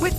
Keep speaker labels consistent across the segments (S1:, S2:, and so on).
S1: With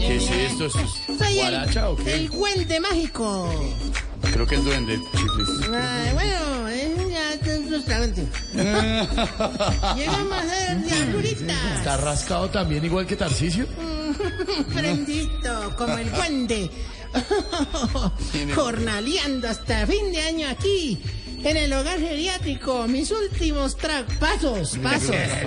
S2: ¿Qué es esto? ¿Esto es
S3: Soy
S2: guaracha o
S3: el,
S2: qué?
S3: el duende mágico.
S2: Creo que es duende, chiflis.
S3: Ay, bueno, eh, ya está en frustrante. Llegamos a ser diabluritas.
S2: ¿Está rascado también igual que Tarcicio?
S3: Prendito, como el duende. Jornaleando hasta fin de año aquí. En el hogar geriátrico, mis últimos tra- pasos, pasos.
S2: Sí,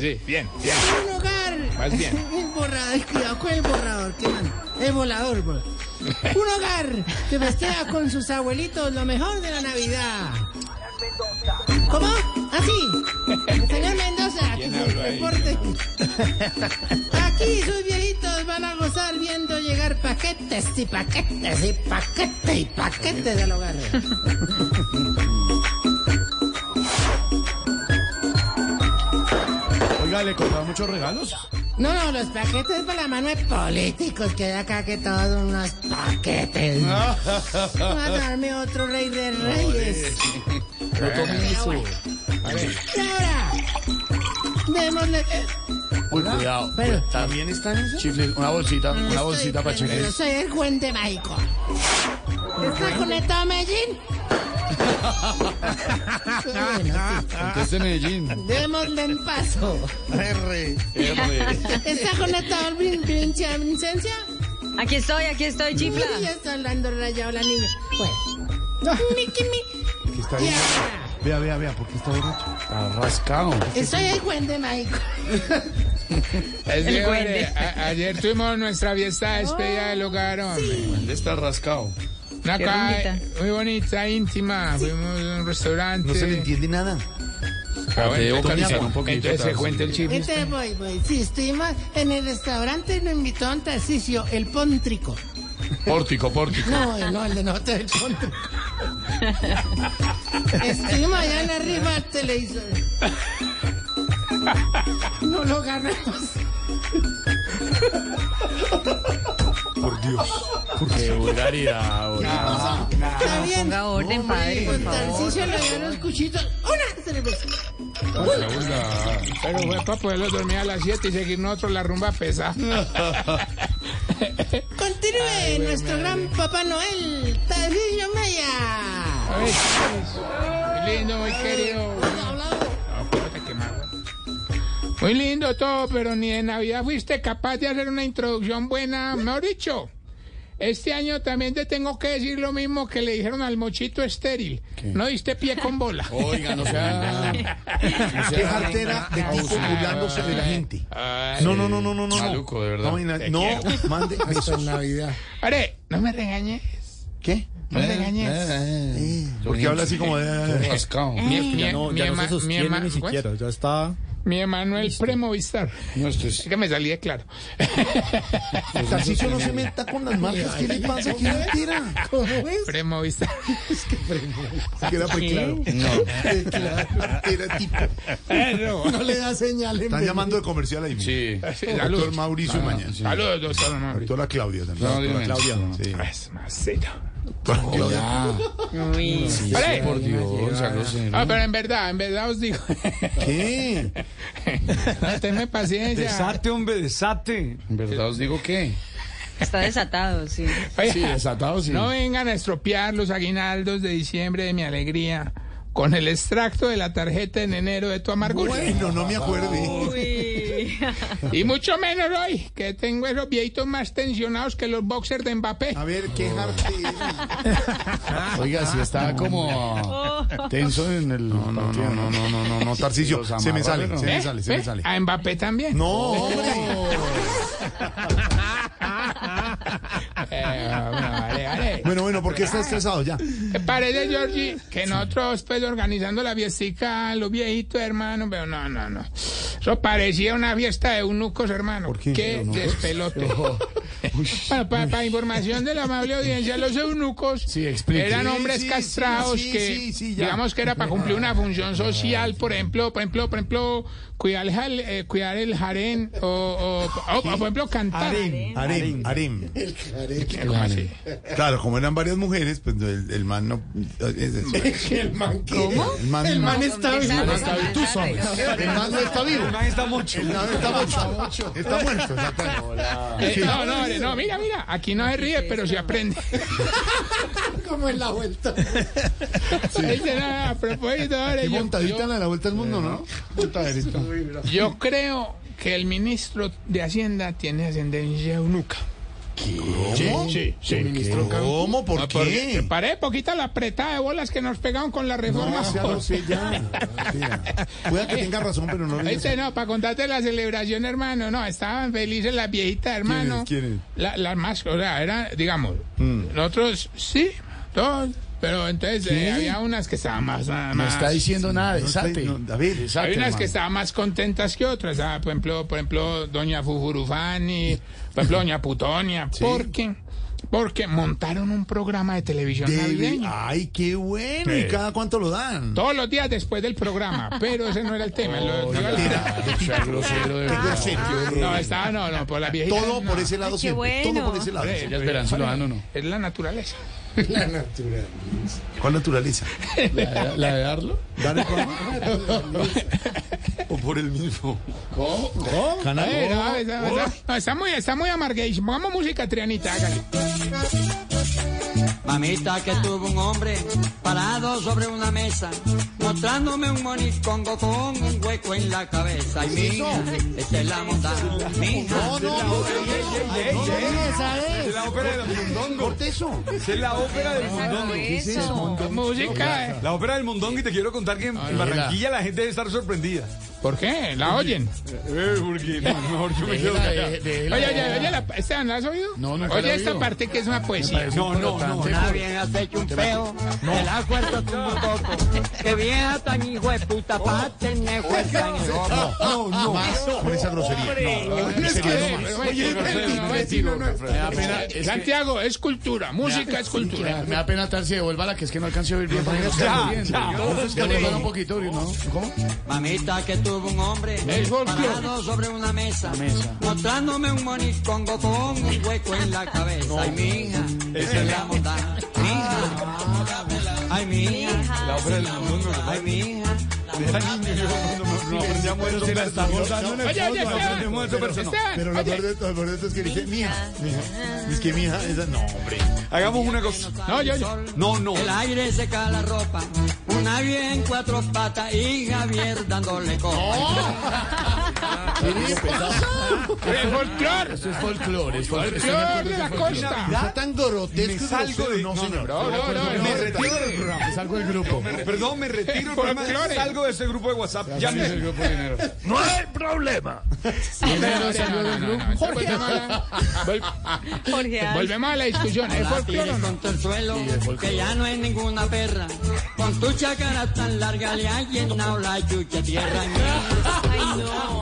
S2: sí, bien, bien.
S3: Un hogar.
S2: Más bien.
S3: El borrador, cuidado con el borrador, que man- El volador, bro. Un hogar que festeja con sus abuelitos lo mejor de la Navidad. ¿Cómo? Así. Señor Mendoza, que se reporte. Aquí sus viejitos van a gozar viendo llegar paquetes y paquetes y paquetes y paquetes del hogar.
S2: Oiga, ¿le compraron muchos regalos?
S3: No, no, los paquetes para la mano de políticos, que hay acá que todos son unos paquetes. Vamos a darme otro rey de
S2: eh.
S3: reyes. Y ahora, démosle... eh,
S2: Uy, cuidado.
S3: Pero-
S2: ¿También están esos? Chiflis, una bolsita, una
S3: estoy-
S2: bolsita para
S3: pero
S2: chiflis.
S3: Soy el Duende Mágico. ¿Estás conectado a Medellín? Bueno,
S2: Desde Medellín.
S3: démosle en paso. ¿Estás conectado al Brin Brin Vincencia?
S4: Aquí estoy, aquí estoy, chifla.
S3: Ya está hablando rayado la niña. Bueno, Miki, mi.
S2: ¿Qué Ah. está
S3: Y
S2: bien?
S3: ahora,
S2: Vea, vea, vea, porque está borracho. Está rascado.
S3: Soy el duende mágico.
S5: Es
S4: El
S5: que,
S4: duende.
S5: hombre, a- ayer tuvimos nuestra fiesta de despedida del hogar, hombre.
S2: ¿Dónde está rascado?
S5: Una
S4: Qué
S5: ca-
S4: rumbita.
S5: muy bonita, íntima. Fuimos a un restaurante.
S2: No se le entiende nada.
S5: Ah, bueno,
S2: Te debo
S5: entonces-
S2: calificar un poquito,
S5: Entonces se
S2: Tarcisio.
S5: cuenta el chisme.
S3: Este voy, voy. Sí, estuvimos en el restaurante y nos invitó a un Tarcicio, el póntrico.
S2: Pórtico, pórtico.
S3: No, eh, no, el de nosotros es el póntrico. estuvimos allá en la rifa del televisor. No lo ganamos.
S4: Ah,
S2: Por Dios. Qué vulgaridad, güey.
S3: Está bien.
S4: Ponga orden, padre, por
S3: Con
S4: favor.
S3: Tarcicio le dio los cuchitos. ¡Una! Se le puso.
S5: Pero fue para poderlos dormir a las 7 y seguir nosotros la rumba pesa.
S3: Continúe nuestro gran Papá Noel, Tarcicio Maya.
S5: Ay, Dios. Muy lindo, muy querido. No, pero te quemaba. Muy lindo todo, pero ni de Navidad fuiste capaz de hacer una introducción buena, mejor dicho. Este año también te tengo que decir lo mismo que le dijeron al mochito estéril. No diste pie con bola.
S2: Oiga, no sea. Qué jartera de tipo burlándose de la gente. No, no, no, no, no, no.
S5: Maluco, de verdad.
S2: No, ina-
S5: Te
S2: no,
S5: quiero.
S2: mande besos. Navidad.
S5: Are, no me regañes.
S2: ¿Qué? Eh,
S5: No me regañes.
S2: Porque habla así como de. "Ah,
S6: Rascado.
S2: Eh.
S5: Mi- mi- mi ema- mi ema- ¿cómo es?
S6: ya está.
S5: Mi Emanuel Premovistar.
S6: No, esto
S5: Es
S6: es.
S5: que me salí de claro.
S2: Tarcicio no se meta con las marcas. ¿Qué le pasa? ¿Qué mentira?
S3: ¿Cómo es?
S5: Premovistar.
S2: Que era preclaro. No. Era tipo.
S5: Pero,
S3: No le da señal en
S2: Están
S3: vez.
S2: llamando de comercial ahí. mismo.
S6: Sí.
S2: Doctor Mauricio Mañana.
S5: Saludos, doctor Mauri.
S2: Doctora Claudia también.
S6: No, dime.
S2: Sí.
S5: Es Marcelo.
S2: Doctora Claudia.
S4: Uy,
S5: Are,
S6: Por Dios, algo serio.
S5: Ah, pero en verdad, en verdad os digo.
S2: ¿Qué?
S5: no, tenme paciencia.
S6: hombre, desate. En verdad os digo que.
S4: está desatado, sí.
S5: Oye,
S6: desatado, sí.
S5: No vengan a estropear los aguinaldos de diciembre de mi alegría con el extracto de la tarjeta en enero de tu amargura.
S2: Bueno, no me acuerdo.
S4: Uy.
S5: Y mucho menos hoy, que tengo esos viejitos más tensionados que los boxers de Mbappé.
S2: A ver, qué jartera.
S6: Oiga, si está como tenso en el. No,
S2: No, no, no, no, no, no, no, Tarcicio.
S6: Los
S2: Se me sale,
S6: amarraron.
S2: se me
S5: ¿Eh?
S2: sale, se me
S5: ¿Eh?
S2: sale.
S5: A Mbappé
S2: ¿Eh?
S5: también.
S2: No, hombre.
S5: Eh,
S2: Bueno, bueno, ¿por qué está estresado ya?
S5: Eh, Parece, Georgie, que nosotros, pues, organizando la fiestica, los viejitos, hermano, pero no, no, no. Eso parecía una fiesta de eunucos, hermano.
S2: ¿Por qué?
S5: Qué
S2: ¿Eunucos?
S5: despelote. Bueno, para, información de la amable audiencia, los eunucos
S6: Sí, explique.
S5: eran
S6: Sí,
S5: hombres
S2: sí,
S5: castrados
S2: sí, sí,
S5: que,
S2: sí, sí, ya. Ah,
S5: digamos que era para cumplir una función social, por ejemplo, por ejemplo, por ejemplo, cuidar el, jal- eh, cuidar el harén o, o- o- o, por ejemplo, cantar.
S2: Harem, harem.
S5: ¿Cómo así?
S2: Claro, como eran varias mujeres, pues el, el man no. es eso.
S7: El man que-
S2: El man,
S3: El
S2: no-
S3: man está
S4: Exacto,
S3: vivo.
S4: exacto,
S2: Tú sabes. El man no está vivo.
S7: El man está mucho.
S2: El man está muerto. Está muerto. exactamente.
S5: Eh, no, no, no, mira, mira, aquí no se ríe, pero se aprende.
S7: Como en la vuelta.
S5: Dice, "Ah, a propósito, ahora
S2: Y
S5: yo,
S2: montadita
S5: yo-
S2: la vuelta al mundo, ¿no? Montaderito.
S5: yo creo que el ministro de Hacienda tiene ascendencia eunuca.
S2: ¿Cómo?
S5: Sí, sí.
S2: ¿Cómo? ¿Por
S5: Porque
S2: qué?
S5: paré poquita la apretada de bolas que nos pegaron con la reforma.
S2: No, sea, no sé ya. Mira, Pueda que tenga razón, pero no le
S5: Dice, no, para contarte la celebración, hermano, no, estaban felices las viejitas, hermano.
S2: ¿Quiénes? Mm. ¿Quiénes?
S5: La- Las más, o sea, era, digamos, nosotros sí, todos, pero entonces eh, había unas que estaban más, más
S6: No está diciendo nada,
S2: No está-
S6: desate.
S2: no, a ver,
S6: Desate,
S5: Hay unas
S6: hermano.
S5: que estaban más contentas que otras, ah, por ejemplo, por ejemplo, doña Fujurufani, por ejemplo, doña Putonia, porque porque montaron un programa de televisión
S2: Debe-
S6: ah.
S5: navideño.
S2: Ay, qué bueno.
S5: Sí.
S2: ¿Y cada cuánto lo dan?
S5: Todos los días después del programa, pero ese no era el tema. lo- no,
S6: Ah, o sea, grosero de
S2: Qué
S6: verdad.
S2: grosero, qué
S5: no,
S2: horror.
S5: estaba, no, no, por la viejita.
S2: Todo por ese lado
S4: qué
S2: siempre.
S4: bueno.
S2: Todo por ese lado.
S5: Eh,
S6: Ellas verán si lo dan o no.
S5: Es la naturaleza.
S7: La naturaleza.
S2: ¿Cuál naturaleza?
S6: ¿La, la de darlo?
S2: ¿Dan el programa? ¿O por el mismo?
S6: ¿Cómo?
S2: Cana-
S6: Oh,
S5: Eh, no, esa- esa- no, está muy, está muy amarguísimo. Vamos música, Trianita, hágale.
S3: Mamita que tuvo un hombre parado sobre una mesa, mostrándome un monicongo con un hueco en la cabeza. Y mija, esta es la montaña. Mija,
S2: No, no, no.
S7: Es la ópera del mundongo.
S2: Corte eso.
S7: Es la ópera del mundongo.
S4: Eso.
S5: Música. eh.
S7: La ópera del mundongo y te quiero contar que en en Barranquilla la gente debe estar sorprendida.
S5: ¿Por qué? ¿La oyen?
S7: Eh, porque no, mejor yo me quedo
S6: Déjela,
S7: callado.
S6: de- déjela.
S5: Oye, oye, oye, la, Esteban, ¿la has oído?
S6: No, nunca la
S5: Oye,
S6: he
S5: esta
S6: oído.
S5: parte que es una poesía.
S7: No, no, no.
S3: una vieja se echa un feo, de la cuerda tumba un coco. Que vieja tan hijo de puta, pa' tener fuerza en el ojo.
S2: No, no. Con esa grosería. No, no,
S5: Es que-
S2: grosería, no más.
S5: oye, no, no, no, no, no.
S6: Me da pena. es que-
S5: Santiago, es cultura, música es cultura.
S6: Me da pena tal si devuelva la que es que no alcancé a oír bien. porque no está
S7: Ya,
S6: oyendo.
S7: ya.
S6: Devuélvala un poquito, ¿no? ¿Cómo?
S3: Mamita que tuvo un hombre
S5: El folclore.
S3: parado sobre una mesa,
S6: mesa.
S3: mostrándome un monicongo con un hueco en la cabeza. Ay, mija, esa es la montaña. Mija, ay, mija,
S7: La ópera del mundongo.
S3: ay, mija.
S7: De esa niña yo cuando no- no aprendíamos eso, se la estamos dando en el
S5: Oye, oye,
S7: fondo, aprendemos eso, pero no.
S5: Esteban,
S2: Pero
S5: Esteban,
S2: lo peor
S5: oye.
S2: de todo, lo peor de todo es que dice, mija, mija. Es que mija, esa no, hombre.
S7: Hagamos una cosa.
S5: No, yo, yo.
S7: No, no.
S3: El aire seca la ropa, una vieja en cuatro patas y Javier dándole copa.
S5: El folclore.
S6: Eso es folclore. Es folclore. Estoy de
S5: Folclore
S6: acuerdo
S5: de
S6: que
S5: la
S6: es folclore.
S5: costa.
S2: Está tan grotesco.
S7: Me
S2: y
S7: salgo
S2: grosero,
S7: de-
S2: No,
S7: no,
S2: señor.
S5: No, no, no.
S7: Me
S5: no.
S7: retiro del programa.
S6: Es algo del grupo.
S7: Perdón, me retiro del programa.
S5: Folclore.
S7: Salgo de ese grupo de WhatsApp. Ya
S6: Es el
S7: me...
S6: grupo de dinero.
S8: No hay problema.
S6: Dinero salió
S5: No,
S6: del
S5: no,
S6: grupo.
S5: no, entonces volvemos a la- vol-
S4: Jorge Alba.
S5: Volvemos a la discusión. ¿Es folclore o no?
S3: Contra el suelo, que ya no es ninguna perra. Con tu chacara tan larga le has llenado la yucha tierra.
S4: Ay, no.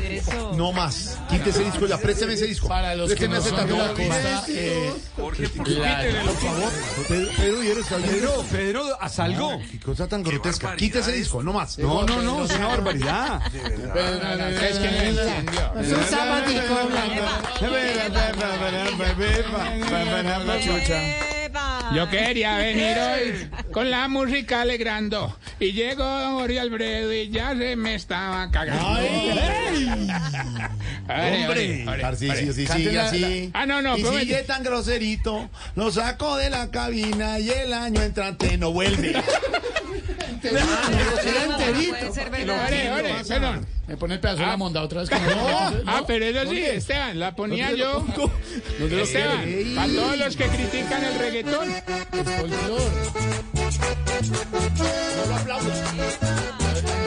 S4: ¿Qué es eso?
S2: No más. Quítese ese disco ya. Présteme ese disco.
S6: Para los que
S2: Présteme
S6: no
S2: ese
S6: son de la
S2: tatuaje.
S6: costa, eh, la-
S2: Por favor. Pedro, Pedro Viero está oyendo.
S7: Pedro, Pedro, salgo.
S2: Qué cosa tan grotesca. Quítese ese disco, no más.
S7: No, no, no, es una barbaridad.
S5: Es que no entendió.
S3: Es un zapatico
S5: Yo quería venir hoy con la música alegrando. Y llegó don Jorge Alfredo y ya se me estaba cagando. Ore, ore, ore,
S2: Así,
S5: ore.
S2: sí, sí,
S6: Cante
S2: sí,
S6: la-
S2: así.
S5: la- Ah, no, no,
S2: Y
S5: pero-
S2: sigue tan groserito, lo saco de la cabina y el año entrante no vuelve. Era enterito.
S4: Puede ser verdad.
S5: Ore, ore, perdón.
S6: Me pone el pedazo de la monda otra vez. que no-
S5: Ah, pero eso sí, Esteban, la ponía yo. Esteban, para todos los que critican el reggaetón.
S6: Es folclore.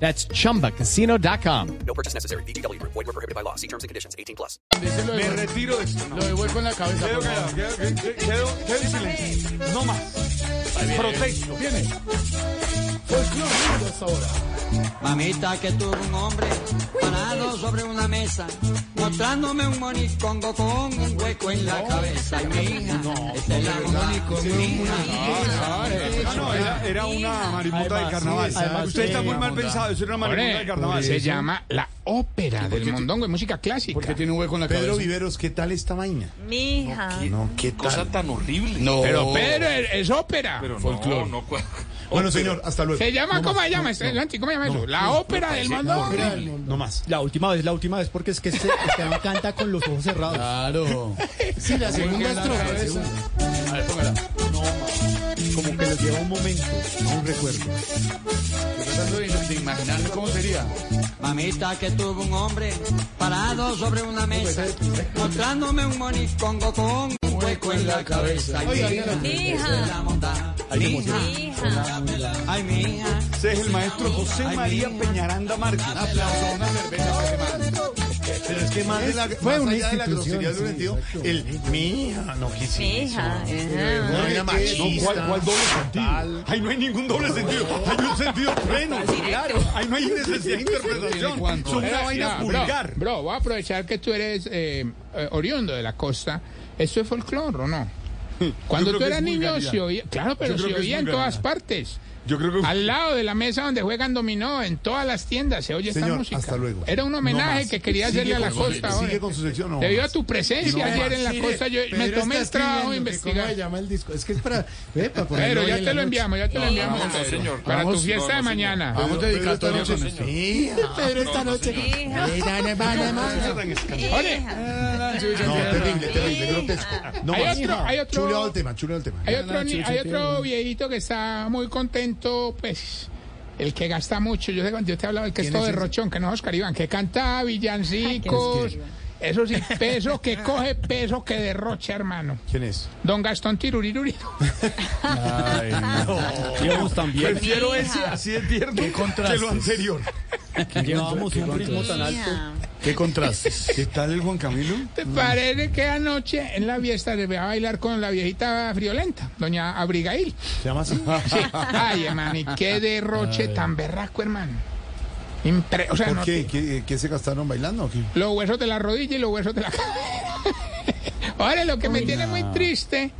S2: That's chumbacasino.com.
S9: No purchase necessary. VGW Group. Void were prohibited by law. See terms and conditions. 18 plus.
S10: Me retiro de esto. Lo devuelvo en la cabeza.
S7: Quedo callado, quedo, quedo- quedo- quedo en silencio. No más. Protesto. Viene.
S3: Mamita que tuvo un hombre parado sobre una mesa, mostrándome un monicongo con un hueco en la cabeza. Y mi hija, esta es la monicongo, mi
S7: Ah, no, era, era una marimonda de carnaval. Usted está muy mal pensado. Eso era una marimonda de carnaval.
S8: pues,
S5: Se llama la ópera del mondongo, es música clásica. Porque tiene un hueco en la
S8: Pedro Viveros, ¿qué tal esta vaina?
S1: Mija.
S8: No, ¿qué tal?
S7: Cosa tan horrible.
S8: No.
S5: Pero Pedro es, es ópera.
S7: Pero no,
S8: Folclor.
S7: no. cua-
S8: Bueno, señor, hasta luego.
S5: Se llama,
S8: No
S5: ¿cómo
S8: más,
S5: se llama?
S8: no,
S5: Este-
S8: no.
S5: Santi, ¿Cómo se llama
S8: No,
S5: eso? La
S8: no,
S5: ópera
S8: no,
S5: del
S8: no,
S5: mondongo.
S8: horrible. No más.
S11: La última vez, la última vez, porque es que este, Esteban canta con los ojos cerrados.
S10: Claro.
S11: Sí, la segunda estrofa.
S10: A ver, póngala.
S8: Como que nos lleva un momento, a un recuerdo.
S10: Estoy tratando de, de imaginarme cómo sería.
S3: Mamita que tuvo un hombre parado sobre una mesa, mostrándome un monicongo con un hueco en la cabeza. Y mi hija, esta es la mondá, mi hija, ay mi hija.
S7: Ese es el maestro José María Peñaranda Márquez.
S8: Pero es que más, de la,
S10: Fue
S8: más
S10: una
S8: allá de la
S10: institución,
S8: grosería de un
S10: sí,
S8: sentido, el mi hija, no, ¿qué es eso?
S7: No,
S8: Una vaina machista.
S7: ¿cuál, cuál doble sentido? Ahí no hay ningún doble sentido. Hay un sentido pleno. Claro. Ahí no hay necesidad de interpretación. Es una
S5: Gracias,
S7: vaina
S5: bro,
S7: vulgar.
S5: Bro, voy a aprovechar que tú eres eh, eh, oriundo de la costa. ¿Eso es folclore o no? Cuando tú
S7: creo que
S5: eras
S7: es
S5: niño,
S7: vulgaridad.
S5: se oía, claro,
S7: Yo
S5: pero
S7: creo
S5: se
S7: que es
S5: oía en
S7: vulgaridad.
S5: todas partes.
S7: Yo creo que
S5: Al lado de la mesa donde juegan dominó, en todas las tiendas se oye esta
S8: Señor,
S5: música.
S8: hasta luego.
S5: Era un
S8: No
S5: homenaje
S8: más.
S5: que quería
S8: Sigue
S5: hacerle a la
S8: con su-
S5: costa.
S8: Sigue
S5: ahora.
S8: con su sección. no
S5: Debido a
S8: más.
S5: tu presencia
S8: No
S5: ayer en la
S8: más.
S5: costa, yo me
S7: este
S11: Pedro
S5: tomé
S11: está
S5: el trabajo
S11: escribiendo
S5: de
S11: que ¿Cómo
S5: investigar.
S11: se llama el disco? Es que es para. eh, para ponerlo
S5: Pero
S11: hoy
S5: ya
S11: en
S5: te
S11: la
S5: lo
S11: noche.
S5: enviamos, ya te lo
S7: No,
S5: enviamos,
S7: no,
S5: Pedro,
S7: señor. Ah,
S5: Para
S10: Vamos,
S5: tu fiesta
S7: no,
S5: de
S7: no,
S5: mañana.
S10: Vamos
S8: Pedro esta
S10: dedicatoria
S8: noche.
S10: con eso.
S8: Hija.
S11: Pero esta noche.
S5: Oye,
S8: No, terrible, terrible, grotesco. No
S5: Hay
S8: más.
S5: otro- hay otro-
S8: Chuleado el tema, chuleado el tema.
S5: Hay otro, ni-
S10: Nacho,
S5: hay
S10: sí,
S5: otro viejito que está muy contento, pues, el que gasta mucho. Yo, te- yo te hablaba del que es
S10: ¿Quién
S5: todo
S10: es
S5: de
S10: ese?
S5: rochón, que no es Oscar Iván, que canta villancicos. Eso sí, peso que coge, peso que derrocha, hermano.
S8: ¿Quién es?
S5: Don Gastón Tiruriruri.
S11: Llevamos también.
S7: Prefiero ese así es tierno que lo anterior.
S11: Llevábamos un ritmo tan alto.
S10: ¿Qué contrastes?
S7: ¿Qué tal el Juan Camilo?
S5: ¿Te
S8: Mm.
S5: parece que anoche en la fiesta le voy a bailar con la viejita friolenta, doña Abrigail?
S8: ¿Se llama así?
S5: Ay, hermano, y qué derroche tan berraco, hermano. Impre- o sea,
S8: ¿Por
S5: no-
S8: qué? ¿Qué, qué se gastaron bailando? o qué?
S5: los huesos de la rodilla y los huesos de la cadera. Ahora, lo que me tiene muy triste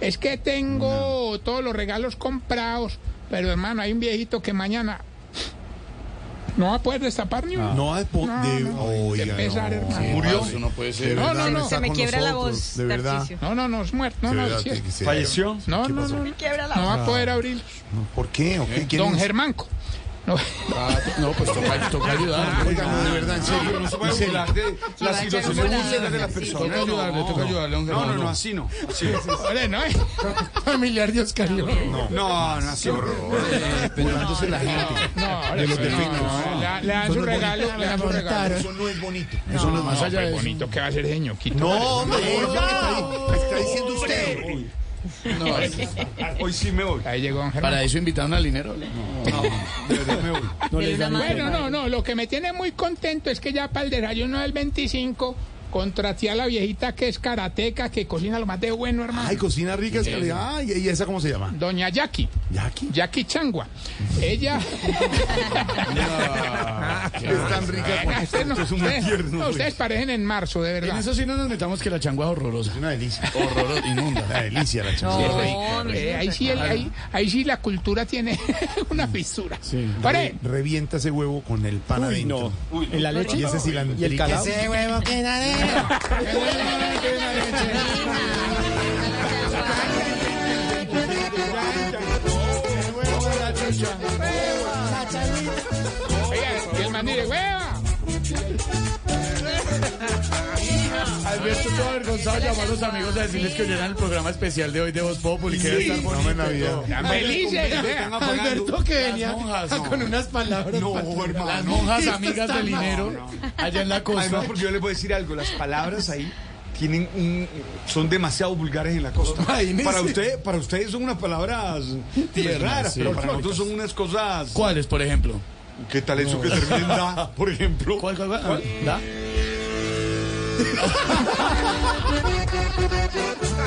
S5: es que tengo todos los regalos comprados, pero hermano, hay un viejito que mañana no va a poder destapar ni uno.
S8: No, va de, po-
S5: No,
S8: de-
S5: no, no.
S8: oiga,
S5: Qué pesar,
S8: no.
S5: hermano.
S10: Murió. Eso no puede
S8: De
S10: ser.
S5: No,
S8: verdad,
S5: no, no.
S8: está
S5: Se
S1: me
S8: con
S1: quiebra la voz,
S8: De verdad.
S1: Tarcisio.
S5: No, no, no, es muerto. No,
S8: de
S5: no,
S8: verdad,
S5: es cierto.
S8: que se-
S7: Falleció.
S5: No,
S8: ¿Qué
S5: no,
S8: pasó?
S5: no,
S1: Me quiebra la
S5: no va
S1: voz.
S5: a poder abrir.
S8: No, ¿Por qué? ¿O qué? ¿Quién
S5: Don
S8: es?
S5: Germanco. No.
S10: Ah, no, pues toca, toca
S2: Ah,
S10: ayudar.
S8: Oiga, no, de verdad, en serio.
S7: No se puede burlar de la situación
S1: burlar.
S7: de las
S10: Toca
S7: personas.
S10: ayudarle, toca ayudarle a un
S7: No, no, no,
S10: Germán.
S7: así no. Así no.
S5: Oye, no, eh.
S10: Familiar de Oscar Iván.
S7: No, no, así no.
S8: Burlándose la gente.
S5: No, ahora
S8: los
S5: sí, no,
S8: defectos.
S5: no, Le, le dan su regalo, le dan su regalo.
S8: Eso no es bonito.
S10: Eso no es más allá
S5: Qué
S10: de eso.
S5: bonito que va a ser ese ñoquito.
S8: No, hombre, eso que está, ahí- está diciendo usted.
S10: No, es-
S7: Hoy sí me voy.
S5: Ahí llegó don Germán.
S10: para eso invitaron al dinero.
S7: De verdad me voy.
S11: No les da
S5: Bueno, no, no, lo que me tiene muy contento es que ya para el desayuno del 25 contraté a la viejita que es karateca, que cocina lo más de bueno, hermano.
S8: Ay, cocina rica, es que Ay, ¿y esa cómo se llama?
S5: Doña Jackie,
S8: ¿Yaki?
S5: Jackie Changua. Ella.
S8: Es tan rica.
S5: Venga, ustedes Ah, no-
S8: es un
S5: ustedes-
S8: infierno,
S5: no,
S8: pues.
S5: ustedes parecen en marzo, de
S10: En
S5: verdad.
S10: eso sí no nos metamos que la changua es horrorosa.
S8: Es una delicia.
S10: Horrorosa, inmunda.
S8: Una delicia la chapa.
S5: Eh, ahí, sí, el- ahí, ahí sí la cultura tiene una fisura. Pare,
S8: Re- revienta ese huevo con el pan adentro.
S11: En la leche.
S8: Y ese cilantro.
S11: Y el calado.
S12: Ese huevo que nadero.
S5: oiga, y el man dice, hueva.
S6: Alberto está avergonzado llamó a los amigos a decirles que oyeran el programa especial de hoy de Voz Populi. Que debe
S5: Sí.
S6: estar bonito.
S5: Estamos en Navidad.
S6: Tan eh.
S5: Felices,
S6: están
S5: vea.
S6: apagando.
S13: Alberto que
S6: Las
S13: venía
S6: monjas, no.
S13: con unas palabras.
S7: No,
S13: particular-
S7: hermano.
S6: Las monjas
S13: Esto
S6: amigas
S13: está
S6: del
S13: mal.
S6: dinero allá en la costa.
S7: Además, porque yo les voy a decir algo, las palabras ahí tienen un, son demasiado vulgares en la costa.
S6: Imagínese.
S7: Para usted, para ustedes son unas palabras pues,
S6: Sí,
S7: raras,
S6: sí.
S7: pero para nosotros son unas cosas.
S6: ¿Cuáles, por ejemplo?
S7: ¿Qué tal eso que termina en da, por ejemplo?
S6: ¿Cuál, cuál, cuál? ¿Da?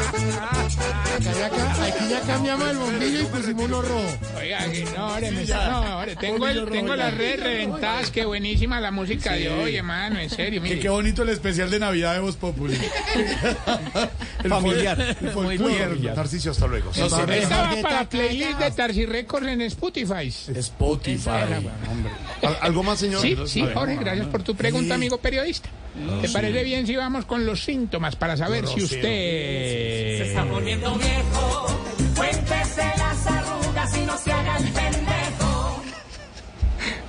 S2: Acá ya ca- Aquí ya cambiamos el bombillo y pusimos uno rojo.
S5: Oiga, que no, ahora me
S2: Sí,
S5: está-
S2: ya.
S5: no, ahora tengo, el, tengo las redes reventadas, qué buenísima la música de hoy, hermano, en serio,
S6: Que
S5: mire.
S6: qué bonito el especial de Navidad de Voz Populi. El
S2: Familiar.
S6: fol- el
S2: Muy
S6: folclore.
S2: familiar.
S6: Tarcisio, hasta luego.
S2: Sí, sí, sí.
S5: Esta va para playlist de Tarsi Records en Spotify.
S6: Spotify. hombre.
S2: Al- ¿Algo más, señor?
S5: Sí, sí,
S2: A ver.
S5: Jorge, gracias por tu pregunta, amigo periodista. ¿Te parece bien si vamos con los síntomas para saber si usted...
S14: está poniendo viejo. Cuéntese las arrugas y no se haga el pendejo.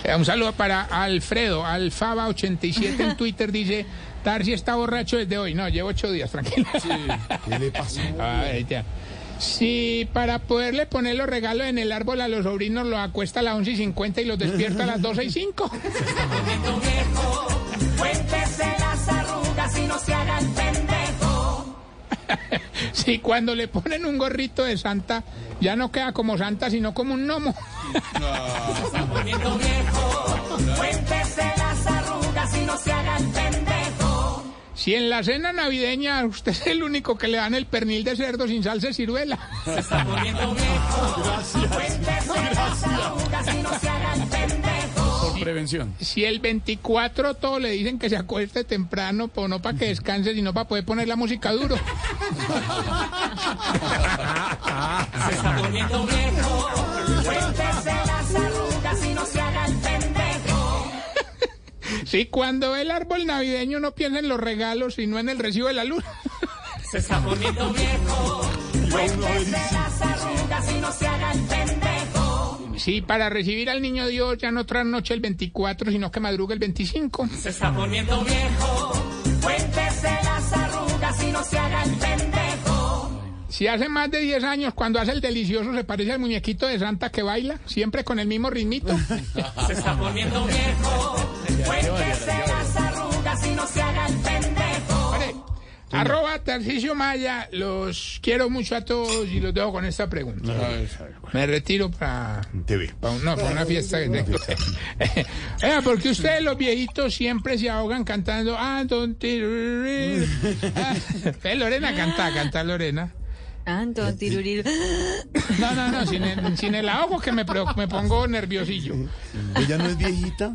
S5: Eh, Un saludo para Alfredo, Alfaba87 en Twitter, dice, Tarsi está borracho desde hoy. No, llevo ocho días, tranquilo.
S2: ¿Qué le pasó?
S14: Ah.
S5: Ay, ya. Si Ah, para poderle poner los regalos en el árbol a los sobrinos los acuesta a las 11 y 50 y los despierta a las 12 y 5.
S14: Cuéntese las arrugas y no se haga el pendejo.
S5: Si cuando le ponen un gorrito de santa, ya no queda como santa, sino como un gnomo.
S14: Poniendo viejo. Cuéntese las arrugas y no se haga el pendejo.
S5: Si en la cena navideña a usted es el único que le dan el pernil de cerdo sin salsa y ciruela.
S14: Poniendo viejo. Cuéntese las arrugas y no se haga el pendejo.
S6: Por prevención.
S5: Si el 24 todo le dicen que se acueste temprano, pero no para que descanse, sino para poder poner la música duro.
S14: Se está poniendo viejo. Cuéntese las arrugas y no se haga el pendejo.
S5: Si cuando ve el árbol navideño no piensa en los regalos, sino en el recibo de la luz.
S14: Se está poniendo viejo. Cuéntese las arrugas y no se haga el pendejo.
S5: Si para recibir al niño Dios ya no trasnoche el 24, sino que madruga el 25.
S14: Se está poniendo viejo. Cuéntese las arrugas y no se haga el pendejo.
S5: Si hace más de 10 años, cuando hace el delicioso, se parece al muñequito de Santa que baila, siempre con el mismo ritmito.
S14: Se está poniendo viejo. Cuéntese las arrugas y no se haga el pendejo.
S5: Hombre, Arroba Tarcisio Maya, los quiero mucho a todos y los dejo con esta pregunta. Me retiro para
S8: TV.
S5: no, para una fiesta que tengo. Oiga, porque ustedes los viejitos siempre se ahogan cantando. Ah, don't tirurir. Ah, eh, Lorena canta, canta Lorena.
S4: Anton Tirurir.
S5: No, no, no, sin el, sin el ahogo que me, pro- me pongo nerviosillo.
S2: Ella no es viejita.